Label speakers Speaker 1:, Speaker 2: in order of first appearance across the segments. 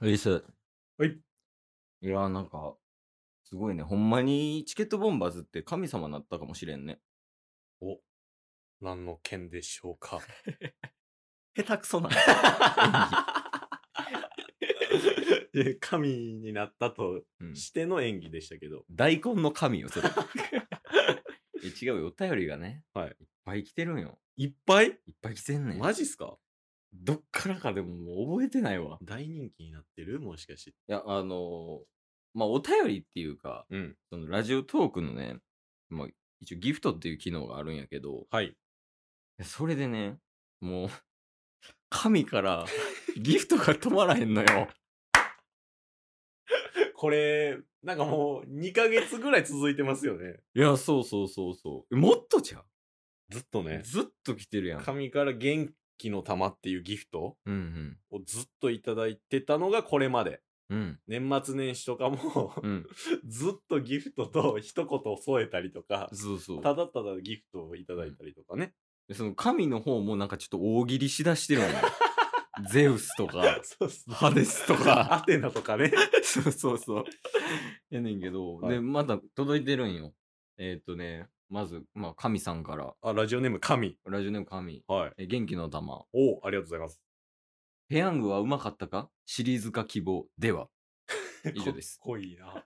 Speaker 1: ウィス。
Speaker 2: はい。
Speaker 1: いやー、なんか、すごいね。ほんまに、チケットボンバーズって神様なったかもしれんね。
Speaker 2: お、何の件でしょうか。
Speaker 1: 下手くそな。
Speaker 2: いや神になったと
Speaker 1: うん
Speaker 2: しての演技でしたけど。
Speaker 1: 大根の神よ、そ れ。え違うよ。お便りがね、
Speaker 2: はい
Speaker 1: いっぱい来てるんよ。
Speaker 2: いっぱい
Speaker 1: いっぱい来てんねん。
Speaker 2: マジっすか
Speaker 1: どっからかでももう覚えてないわ。
Speaker 2: 大人気になってるもしかして。
Speaker 1: いや、あのーまあ、お便りっていうか、
Speaker 2: うん。
Speaker 1: そのラジオトークのね、まあ、一応ギフトっていう機能があるんやけど、
Speaker 2: はい。
Speaker 1: それでね、もう、 神からギフトが止まらへんのよ。
Speaker 2: これ、なんかもう2ヶ月ぐらい続いてますよね。
Speaker 1: いや、そうそうそうそう。えもっとじゃん。
Speaker 2: ずっとね。
Speaker 1: ずっと来てるやん。
Speaker 2: 神から元気の玉っていうギフト
Speaker 1: うん
Speaker 2: をずっといただいてたのがこれまで。
Speaker 1: うん。うん。
Speaker 2: 年末年始とかも
Speaker 1: うん。
Speaker 2: ずっとギフトと一言添えたりとか、
Speaker 1: そうそう。
Speaker 2: ただただギフトをいただいたりとかね。
Speaker 1: でその神の方もなんかちょっと大喜利しだしてるのよ。ゼウスとか、
Speaker 2: そうそう
Speaker 1: ハデスと
Speaker 2: ア
Speaker 1: か。
Speaker 2: テナとかね。
Speaker 1: そうそうそう。やねんけど、
Speaker 2: はい
Speaker 1: で、まだ届いてるんよ。えーっ、とね、まず、まあ、神さんから、
Speaker 2: あ、ラジオネーム神。
Speaker 1: ラジオネーム神、
Speaker 2: はい。
Speaker 1: え元気の玉、
Speaker 2: おうありがとうございます。
Speaker 1: ペヤングはうまかったかシリーズ化希望では。以上です。
Speaker 2: かっこいいな。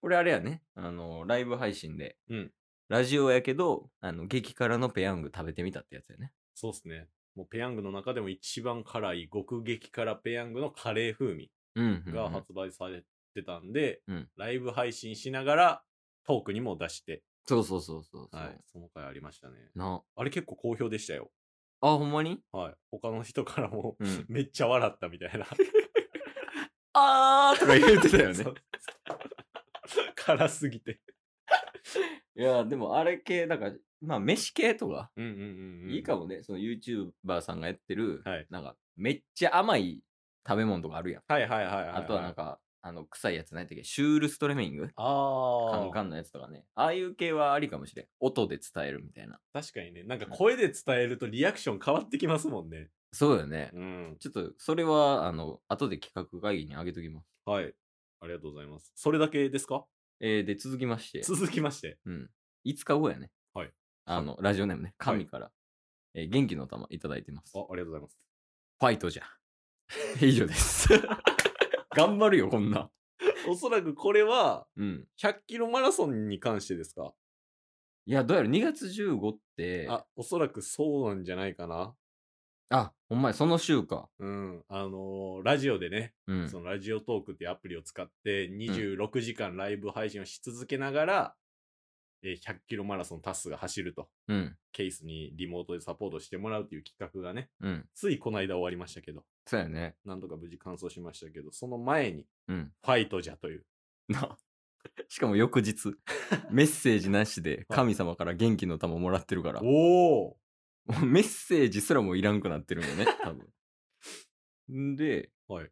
Speaker 1: これあれやね、あの、ライブ配信で、
Speaker 2: うん
Speaker 1: ラジオやけど、あの、激辛のペヤング食べてみたってやつやね。
Speaker 2: そうっすね。もうペヤングの中でも一番辛い極激辛ペヤングのカレー風味
Speaker 1: うんうんうん、
Speaker 2: が発売されてたんで、
Speaker 1: うん
Speaker 2: ライブ配信しながらトークにも出して、
Speaker 1: そうそうそうそうそう。
Speaker 2: はい、その回ありましたね。
Speaker 1: な
Speaker 2: あれ結構好評でしたよ。
Speaker 1: あ、ほんまに
Speaker 2: はい。他の人からも、
Speaker 1: うん。
Speaker 2: めっちゃ笑ったみたいな。
Speaker 1: あーとか言って たよね
Speaker 2: そう。辛すぎて。
Speaker 1: いや、でもあれ系、だから、まあ、飯系とか、
Speaker 2: うんうんうん、
Speaker 1: いいか
Speaker 2: も。
Speaker 1: もね。その YouTuber さんがやってる、
Speaker 2: はい
Speaker 1: なんか、めっちゃ甘い食べ物とかあるやん。
Speaker 2: はいはいはいいい
Speaker 1: あとはなんか、あの、臭いやつない時シュールストレミング
Speaker 2: あ
Speaker 1: カ
Speaker 2: あ。
Speaker 1: ンカンのやつとかね。ああいう系はありかもしれん。音で伝えるみたいな。
Speaker 2: 確かにね、なんか声で伝えるとリアクション変わってきますもんね。
Speaker 1: そうよね。
Speaker 2: うん。
Speaker 1: ちょっと、それは、あの、後で企画会議にあげときます。
Speaker 2: はい。ありがとうございます。それだけですか
Speaker 1: えー、で、続きまして、
Speaker 2: 続きまして。
Speaker 1: うん。5日後やね。
Speaker 2: はい。
Speaker 1: あの、ラジオネームね、神から、えー元気の玉いただいてます。
Speaker 2: あ、あ
Speaker 1: フ
Speaker 2: りがとうございます。
Speaker 1: ァイト じゃ。以上です。 頑張るよ、こんな。
Speaker 2: おそらくこれは、
Speaker 1: うん。
Speaker 2: 100キロマラソンに関してですか
Speaker 1: いや、どうやら2月15って、あ
Speaker 2: あ、おそらくそうなんじゃないかな。
Speaker 1: ほんまや、その週か。
Speaker 2: うん。あのーラジオでね、
Speaker 1: うん。
Speaker 2: そのラジオトークっていうアプリを使って、26時間ライブ配信をし続けながら、えー100キロマラソンタスが走ると、
Speaker 1: うん。
Speaker 2: ケースにリモートでサポートしてもらうという企画がね、
Speaker 1: うん。
Speaker 2: ついこの間終わりましたけど、
Speaker 1: そうやね。
Speaker 2: なんとか無事完走しましたけど、その前に、
Speaker 1: うん。
Speaker 2: ファイトじゃという。
Speaker 1: な。 しかも翌日、 メッセージなしで神様から元気の玉もらってるから、も
Speaker 2: おお
Speaker 1: うメッセージすらもいらんくなってるんよ ね、多分。んで、
Speaker 2: はい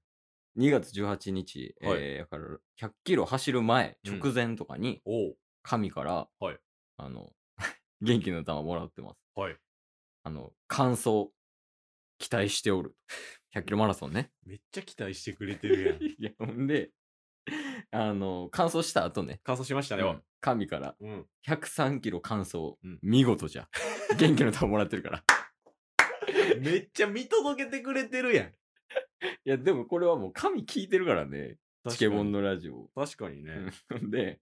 Speaker 1: 2月18日、
Speaker 2: はい
Speaker 1: えーだから100キロ走る前、
Speaker 2: うん
Speaker 1: 直前とかに、
Speaker 2: お
Speaker 1: 神から、
Speaker 2: はい
Speaker 1: あの、 元気の玉もらってます。
Speaker 2: おはい。
Speaker 1: あの、感想、期待しておる。100キロマラソン ね。
Speaker 2: めっちゃ期待してくれてるやん。
Speaker 1: いや、ほんで、あの、完走した後ね、
Speaker 2: 完走しましたね。
Speaker 1: うん神から、
Speaker 2: うん。
Speaker 1: 103キロ完走、
Speaker 2: うん
Speaker 1: 見事じゃ元気の玉もらってるから
Speaker 2: めっちゃ見届けてくれてるやん。
Speaker 1: いやでもこれはもう神聞いてるからねチケボン
Speaker 2: の。
Speaker 1: のラジオ
Speaker 2: 確かにね。
Speaker 1: うん で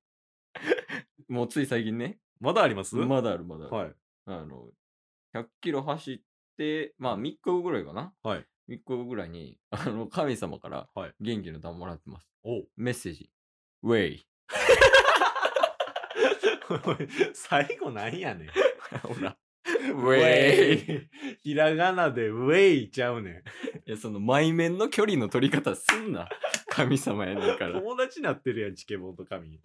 Speaker 1: もうつい最近ね
Speaker 2: まだあります
Speaker 1: まだあるまだある、
Speaker 2: はい。
Speaker 1: あの100キロ走ってまあ3日後ぐらいかな、
Speaker 2: はい
Speaker 1: 3日後ぐらいに あの神様から
Speaker 2: はい
Speaker 1: 元気の玉もらってます、
Speaker 2: おう
Speaker 1: メッセージ「ウェ イ
Speaker 2: 最後なんやねん。」
Speaker 1: ほら「ウ
Speaker 2: ウ
Speaker 1: ェイ」
Speaker 2: イひらがなでウェイちゃうねん。
Speaker 1: いやその前面の距離の取り方すんな神様やねん から
Speaker 2: 友達なってるやん、チケボンと神。
Speaker 1: い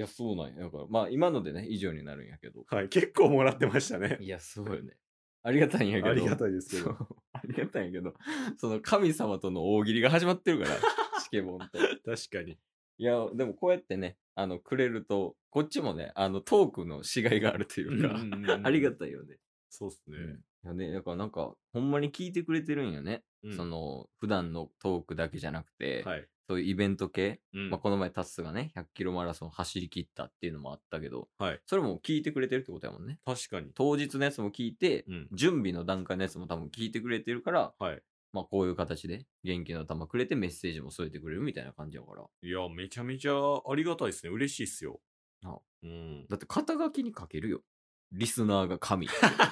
Speaker 1: や、そうなんや。だから、まあ、今のでね、以上になるんやけど。
Speaker 2: はい。結構もらってましたね。
Speaker 1: いや、そうよね。ありがたいんやけど。
Speaker 2: ありがたいですけ
Speaker 1: そ
Speaker 2: ど。
Speaker 1: う ありがたいんやけど、その神様との大喜利が始まってる から、チケボンと。い
Speaker 2: 確かに。
Speaker 1: や、でもこうやってね、あの、くれると、こっちもね、あの、トークのしがいがあるというか、ありが
Speaker 2: と
Speaker 1: たいよね。
Speaker 2: そうっすね。
Speaker 1: うんやね、だからなんか、ほんまに聞いてくれてるんよね。
Speaker 2: うん
Speaker 1: その、普段のトークだけじゃなくて、
Speaker 2: はい。
Speaker 1: そういうイベント系、
Speaker 2: うん
Speaker 1: まあ、この前タッスがね、100キロマラソン走り切ったっていうのもあったけど、
Speaker 2: はい
Speaker 1: それも聞いてくれてるってことやもんね。
Speaker 2: 確かに。
Speaker 1: 当日のやつも聞いて、
Speaker 2: うん。
Speaker 1: 準備の段階のやつも多分聞いてくれてるから、
Speaker 2: はい。
Speaker 1: まあこういう形で元気の玉くれてメッセージも添えてくれるみたいな感じやから。
Speaker 2: いや、めちゃめちゃありがたいですね。嬉しいっすよ。
Speaker 1: あ
Speaker 2: うん。
Speaker 1: だって肩書きに書けるよ。リスナーが神。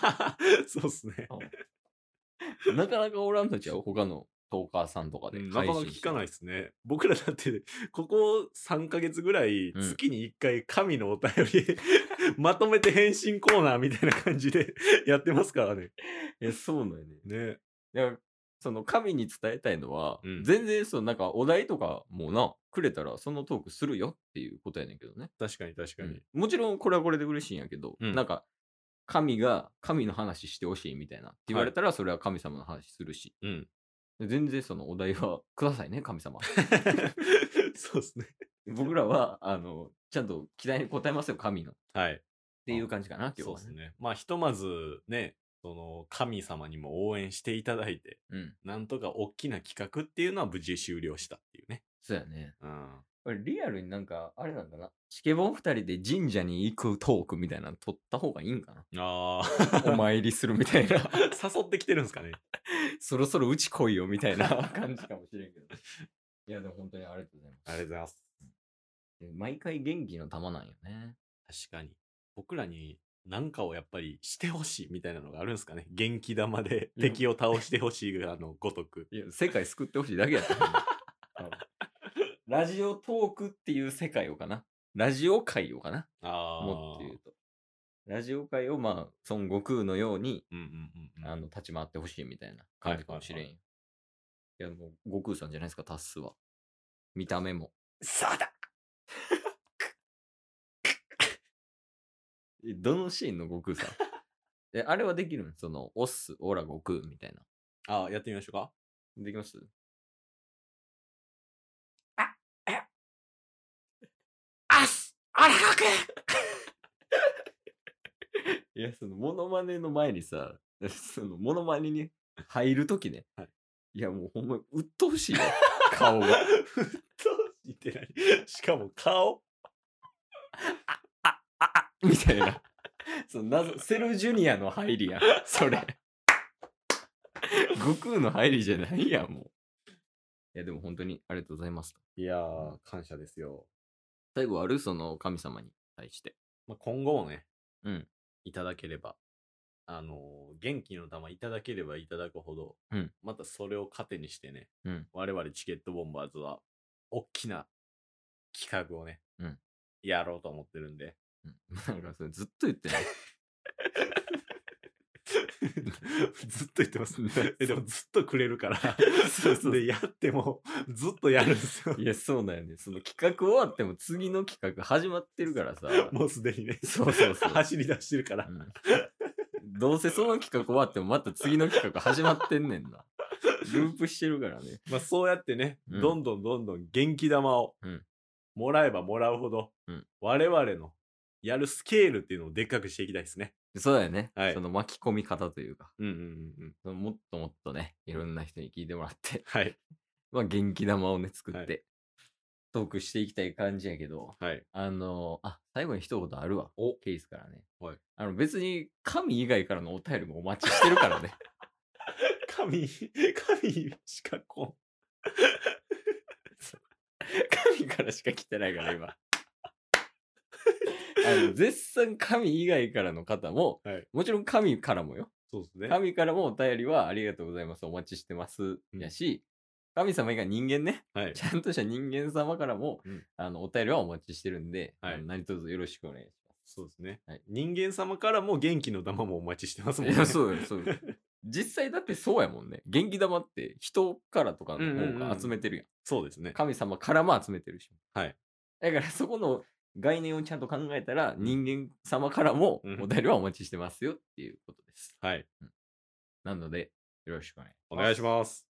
Speaker 2: そうっすね。
Speaker 1: なかなかおらんのちゃう他のトーカーさんとかで。
Speaker 2: うんなかなか
Speaker 1: 配信
Speaker 2: 聞かないですね。僕らだって、 ここ3ヶ月ぐらい、
Speaker 1: うん
Speaker 2: 月に1回、神のお便り、 まとめて返信コーナーみたいな感じで やってますからね。
Speaker 1: え、そうなんやね。
Speaker 2: ね。
Speaker 1: いや、その神に伝えたいのは、
Speaker 2: うん
Speaker 1: 全然そのなんかお題とかもな、くれたらそのトークするよっていうことやねんけどね。
Speaker 2: 確かに確かに。
Speaker 1: うんもちろんこれはこれで嬉しいんやけど、
Speaker 2: うん
Speaker 1: なんか、神が神の話してほしいみたいなって言われたら、それは神様の話するし、
Speaker 2: うん。
Speaker 1: 全然そのお題はくださいね、神様。
Speaker 2: そうですね。
Speaker 1: 僕らは、あの、ちゃんと期待に応えますよ、神の。っ
Speaker 2: はい。
Speaker 1: ていう感じかな、今日
Speaker 2: そう
Speaker 1: は
Speaker 2: です。ね。まあ、ひとまずね、その、神様にも応援していただいて、
Speaker 1: うん。
Speaker 2: なんとか大きな企画っていうのは無事終了したっていうね。
Speaker 1: そうやね。
Speaker 2: うん。
Speaker 1: これリアルになんか、あれなんだな。チケボン二人で神社に行くトークみたいなの撮った方がいいんかな。
Speaker 2: あ
Speaker 1: お参りするみたいな
Speaker 2: あ。。 誘ってきてるんですかね。
Speaker 1: そろそろうち来いよみたいな 感じかもしれんけど。いや、でも本当にありがとうございます。
Speaker 2: ありがとうございます。
Speaker 1: 毎回元気の玉なんよね。
Speaker 2: 確かに。僕らに何かをやっぱりしてほしいみたいなのがあるんですかね。元気玉で
Speaker 1: いや
Speaker 2: 敵を倒してほしいがのごとく。
Speaker 1: いや、世界救ってほしいだけやった よねうんラジオトークっていう世界をかな。ラジオ界をかな。
Speaker 2: あ
Speaker 1: もっと
Speaker 2: う
Speaker 1: 言うんと。ラジオ界を、まあ、孫悟空のように、
Speaker 2: うんうんうん。
Speaker 1: あの、立ち回ってほしいみたいな感じかもしれんよ。いや、もう、悟空さんじゃないですか、タッスは。見た目も。
Speaker 2: そうだ
Speaker 1: えどのシーンの悟空さん え、あれはできるんその、オッス、オラ、悟空みたいな。
Speaker 2: ああ、やってみましょうか。
Speaker 1: できます
Speaker 2: あすあらがく
Speaker 1: いや、その、モノマネの前にさ、 その、モノマネに入るときね。
Speaker 2: はい、
Speaker 1: いや、もうほんま、鬱陶 しいよ。顔が。
Speaker 2: そうってない。しかも顔。
Speaker 1: みたいな。その謎セルジュニアの入りやん。それ。 悟空の入りじゃないやん、もう。いや、でも本当にありがとうございます。
Speaker 2: いやー、感謝ですよ。
Speaker 1: 最後あるその神様に対して。
Speaker 2: まあ、今後もね、
Speaker 1: うん
Speaker 2: いただければ、あのー元気の玉いただければいただくほど、
Speaker 1: うん
Speaker 2: またそれを糧にしてね、
Speaker 1: うん
Speaker 2: 我々チケットボンバーズは、大きな企画をね、
Speaker 1: うん
Speaker 2: やろうと思ってる んで、
Speaker 1: うんなんかそれずっと言ってない。
Speaker 2: ずっと言ってますね。 えでもずっとくれるから、
Speaker 1: そうそう
Speaker 2: で、やっても、ずっとやるんですよ
Speaker 1: い。や、そうなんよね。その企画終わっても次の企画始まってるからさ。
Speaker 2: もうすでにね、
Speaker 1: そうそうそう
Speaker 2: 走り出してるから。
Speaker 1: うんどうせその企画終わってもまた次の企画始まってんねんな。ループしてるからね。
Speaker 2: まあそうやってね、
Speaker 1: うん
Speaker 2: どんどんどんどん元気玉を
Speaker 1: うん
Speaker 2: もらえばもらうほど、
Speaker 1: うん
Speaker 2: 我々のやるスケールっていうのをでっかくしていきたいですね。
Speaker 1: そうだよね。
Speaker 2: はい
Speaker 1: その巻き込み方というか。
Speaker 2: うんうんうんうん。
Speaker 1: そのもっともっとね、いろんな人に聞いてもらって、
Speaker 2: はい。
Speaker 1: まあ、元気玉をね、作って、
Speaker 2: はい
Speaker 1: トークしていきたい感じやけど、
Speaker 2: はい。
Speaker 1: あのーあ、最後に一言あるわ。ケースからね。
Speaker 2: はい
Speaker 1: あの、別に、神以外からのお便りもお待ちしてるからね。
Speaker 2: 神、神しかこ
Speaker 1: 神からしか来てないから、 今。あの、絶賛神以外からの方も、
Speaker 2: はい
Speaker 1: もちろん神からもよ。
Speaker 2: そうですね。
Speaker 1: 神からもお便りはありがとうございます。お待ちしてます。
Speaker 2: うん
Speaker 1: やし、神様以外人間ね。
Speaker 2: はい。
Speaker 1: ちゃんとした人間様からも、
Speaker 2: うん
Speaker 1: あのお便りはお待ちしてるんで、
Speaker 2: はい
Speaker 1: あの何卒よろしくお願いし
Speaker 2: そうですね、
Speaker 1: はい
Speaker 2: 人間様からも元気の玉もお待ちしてます
Speaker 1: ま
Speaker 2: も
Speaker 1: す。
Speaker 2: ん
Speaker 1: いや、そ
Speaker 2: ね。
Speaker 1: うよ、そうよ。 実際だってそうやもんね。元気玉って人からとかの方が集めてるやん。
Speaker 2: そうですね。
Speaker 1: 神様からも集めてるし。
Speaker 2: はい。
Speaker 1: だからそこの概念をちゃんと考えたら、人間様からも
Speaker 2: うん
Speaker 1: お便りはお待ちしてますよっていうことです。
Speaker 2: はい。
Speaker 1: なので、よろしくお願いします。
Speaker 2: お願いします。